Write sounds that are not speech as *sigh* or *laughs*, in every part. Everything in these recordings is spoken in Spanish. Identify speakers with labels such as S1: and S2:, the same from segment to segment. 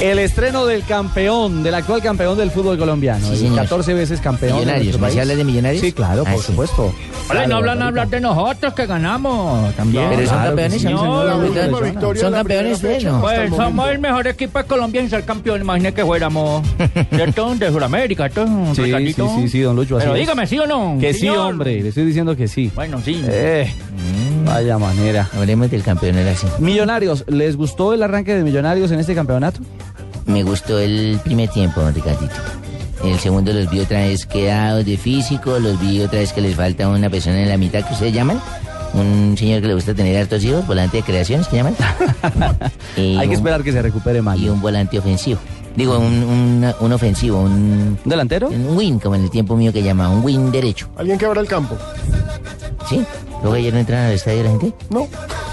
S1: El estreno del campeón, del actual campeón del fútbol colombiano.
S2: Sí,
S1: el
S2: señor.
S1: 14 veces campeón. de
S2: Millonarios,
S1: nuestro
S2: ¿me
S1: país.
S2: hablas de Millonarios?
S1: Sí, claro,
S2: Ah,
S1: por
S2: sí.
S1: supuesto.
S3: Hola, y no
S1: Claro,
S3: hablan a hablar de nosotros que ganamos también.
S2: Pero son
S1: Ah, Claro que
S2: campeones,
S1: sí,
S2: ¿no?
S3: señor. La
S2: Son-
S3: última
S2: son,
S4: victoria en la
S2: campeones
S4: primera
S2: de
S1: Ah.
S4: fecha.
S2: no.
S4: hasta
S3: Pues
S4: el
S3: somos
S4: momento.
S3: el mejor equipo de Colombia en ser campeón, imagínate que
S1: *laughs*
S3: fuéramos. ¿Cierto? De Sudamérica, esto es un
S1: Sí,
S3: recadito.
S1: sí, sí, sí, don Lucho, así
S3: Pero
S1: es.
S3: dígame, ¿sí o no?
S1: Que sí,
S3: señor?
S1: hombre, le estoy diciendo que sí.
S3: Bueno, sí.
S1: Eh,
S2: Mm.
S1: vaya manera.
S2: Hablemos del campeón ahora sí.
S1: Millonarios, ¿les gustó el arranque de Millonarios en este campeonato?
S2: Me gustó el primer tiempo, don Ricardito. El segundo los vi otra vez quedados de físico, los vi otra vez que les falta una persona en la mitad que ustedes llaman. Un señor que le gusta tener hartos hijos, volante de creaciones que llaman. Y
S1: Hay que
S2: un-
S1: esperar que se recupere
S2: Eh, Y
S1: Mayo.
S2: un volante ofensivo. Digo, un, un- un ofensivo, un,
S1: ¿Un delantero?
S2: un win, como en el tiempo mío que llama, un win derecho.
S4: ¿Alguien que abra el campo?
S2: ¿Sí? Luego ayer no entraron al estadio la gente.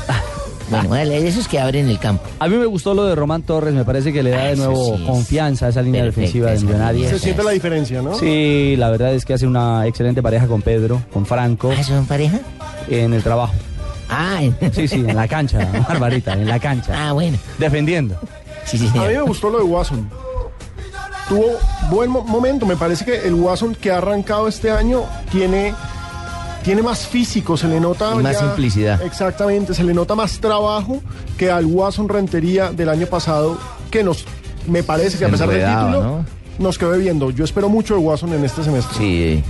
S2: Ah,
S4: No.
S2: Bueno, vale, de esos que abren el campo.
S1: A mí me gustó lo de Román Torres, me parece que le da
S2: Ah,
S1: de
S2: eso
S1: nuevo
S2: sí es
S1: confianza a esa línea
S2: perfecta
S1: defensiva de
S2: esa
S4: Se
S1: Millonarios.
S2: línea.
S4: siente la diferencia, ¿no?
S1: Sí, la verdad es que hace una excelente pareja con Pedro, con Franco,
S2: ¿Ah, son pareja?
S1: en el trabajo.
S2: Ah, *laughs*
S1: Sí, sí, en la cancha, Barbarita, en la cancha.
S2: ah bueno.
S1: Defendiendo.
S2: Sí, sí,
S4: A mí me
S2: señor.
S4: gustó lo de Watson. Tuvo buen mo- momento. Me parece que el Watson que ha arrancado este año tiene, tiene más físico, se le nota.
S2: Y más simplicidad.
S4: Exactamente, se le nota más trabajo que al Watson Rentería del año pasado, que nos, me parece que a
S2: Se
S4: pesar del
S2: enredaba,
S4: título,
S2: ¿no?
S4: nos quedó viendo. Yo espero mucho de Watson en este semestre.
S2: Sí.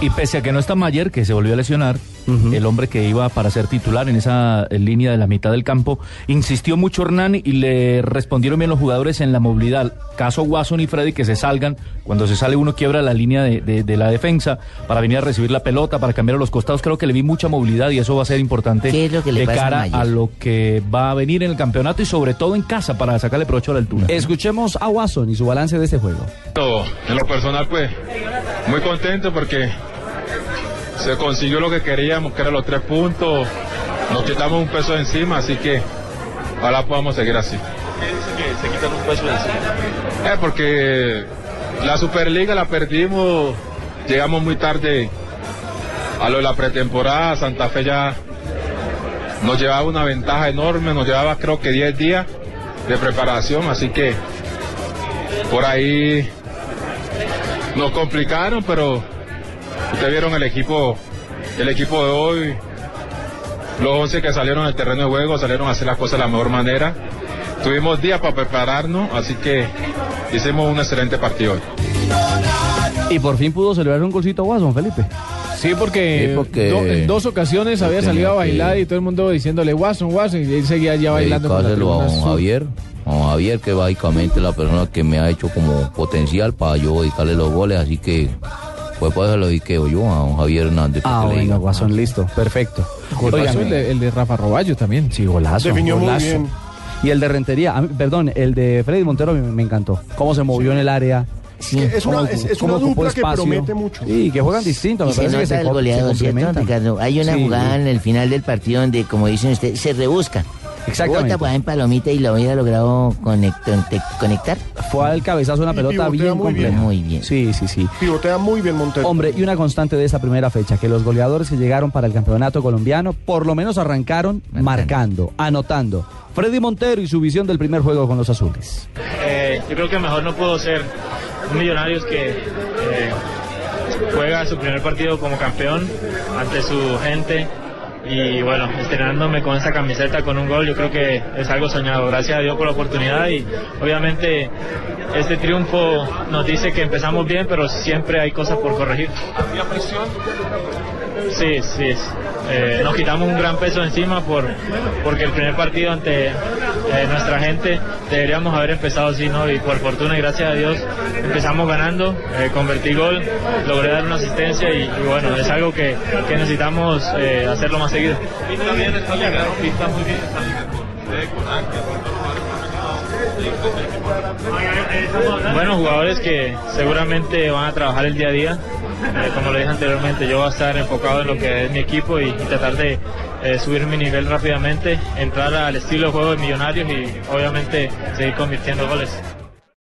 S5: Y pese a que no está Mayer, que se volvió a lesionar, el hombre que iba para ser titular en esa eh, línea de la mitad del campo, insistió mucho Hernán y le respondieron bien los jugadores en la movilidad. Caso Watson y Freddy que se salgan, cuando se sale uno quiebra la línea de, de- de la defensa para venir a recibir la pelota, para cambiar a los costados. Creo que le vi mucha movilidad y eso va a ser importante
S2: ¿Qué es lo que le
S5: de
S2: pasa a
S5: cara
S2: Mayer?
S5: a lo que va a venir en el campeonato y sobre todo en casa para sacarle provecho a la altura.
S1: Escuchemos a Watson y su balance de este juego.
S6: Todo. En lo personal, pues, muy contento porque se consiguió lo que queríamos, que eran los tres puntos. Nos quitamos un peso de encima, así que ahora podamos seguir así. se quitan un peso encima? porque la Superliga la perdimos, llegamos muy tarde a lo de la pretemporada. Santa Fe ya nos llevaba una ventaja enorme, nos llevaba creo que 10 días de preparación, así que por ahí nos complicaron, pero ustedes vieron el equipo, el equipo de hoy, los 11 que salieron al terreno de juego salieron a hacer las cosas de la mejor manera. Tuvimos días para prepararnos, así que hicimos un excelente partido hoy.
S1: Y por fin pudo celebrar un golcito a Watson, Felipe.
S7: Sí, porque,
S2: Sí, porque
S7: do- en dos ocasiones había
S2: tenía
S7: salido a
S2: que-
S7: bailar y todo el mundo diciéndole Watson, Watson, y él seguía ya bailando. con la
S8: Dedicárselo a
S7: tribuna
S8: don
S7: azul.
S8: Javier. A don Javier, que básicamente es la persona que me ha hecho como potencial para yo dedicarle los goles, así que pues por eso lo dediqueo yo a don Javier Hernández. ¿qué
S1: Ah,
S8: te le digo?
S1: bueno, Guasón, listo, perfecto.
S7: Golazo el, de, el de Rafa Roballo también.
S1: Sí, golazo.
S4: Definió muy
S1: golazo.
S4: bien.
S1: Y el de Rentería, a mí- perdón, el de Freddy Montero me, me encantó. Cómo se movió en el área. Mm,
S2: Sí.
S4: Es una-
S1: cómo-
S4: es- es
S1: cómo
S4: una
S1: ocupó
S4: dupla que promete mucho.
S1: Sí, que juegan distinto.
S2: Y
S1: Me
S2: se
S1: parece que
S2: nota el
S1: co-
S2: goleador, ¿cierto,
S1: complementan.
S2: Ricardo? Hay una
S1: Sí,
S2: jugada en el final del partido donde, como dicen ustedes, se rebusca.
S1: Exactamente.
S2: Bota por ahí en palomita y lo hubiera logrado conectar. conectar.
S1: Fue al cabezazo una
S4: Y
S1: pelota
S4: pivotea
S1: bien
S4: muy bien.
S1: compleja.
S2: Muy bien.
S1: Sí, sí, sí.
S4: Pivotea muy bien Montero.
S1: Hombre, y una constante de esta primera fecha, que los goleadores que llegaron para el campeonato colombiano por lo menos arrancaron marcando, anotando. Freddy Montero y su visión del primer juego con los azules.
S6: Eh, yo creo que mejor no puedo ser un Millonarios que eh, juega su primer partido como campeón ante su gente y bueno, estrenándome con esa camiseta con un gol, yo creo que es algo soñado. Gracias a Dios por la oportunidad y obviamente este triunfo nos dice que empezamos bien, pero siempre hay cosas por corregir. Sí, sí. Eh, nos quitamos un gran peso encima por, porque el primer partido ante eh, nuestra gente deberíamos haber empezado así, ¿no? Y por fortuna y gracias a Dios empezamos ganando, eh, convertí gol, logré dar una asistencia y, y bueno, es algo que, que necesitamos eh, hacerlo más seguido. Bueno, jugadores que seguramente van a trabajar el día a día. Eh, como lo dije anteriormente, yo voy a estar enfocado en lo que es mi equipo y, y tratar de eh, subir mi nivel rápidamente, entrar al estilo de juego de Millonarios y obviamente seguir convirtiendo goles.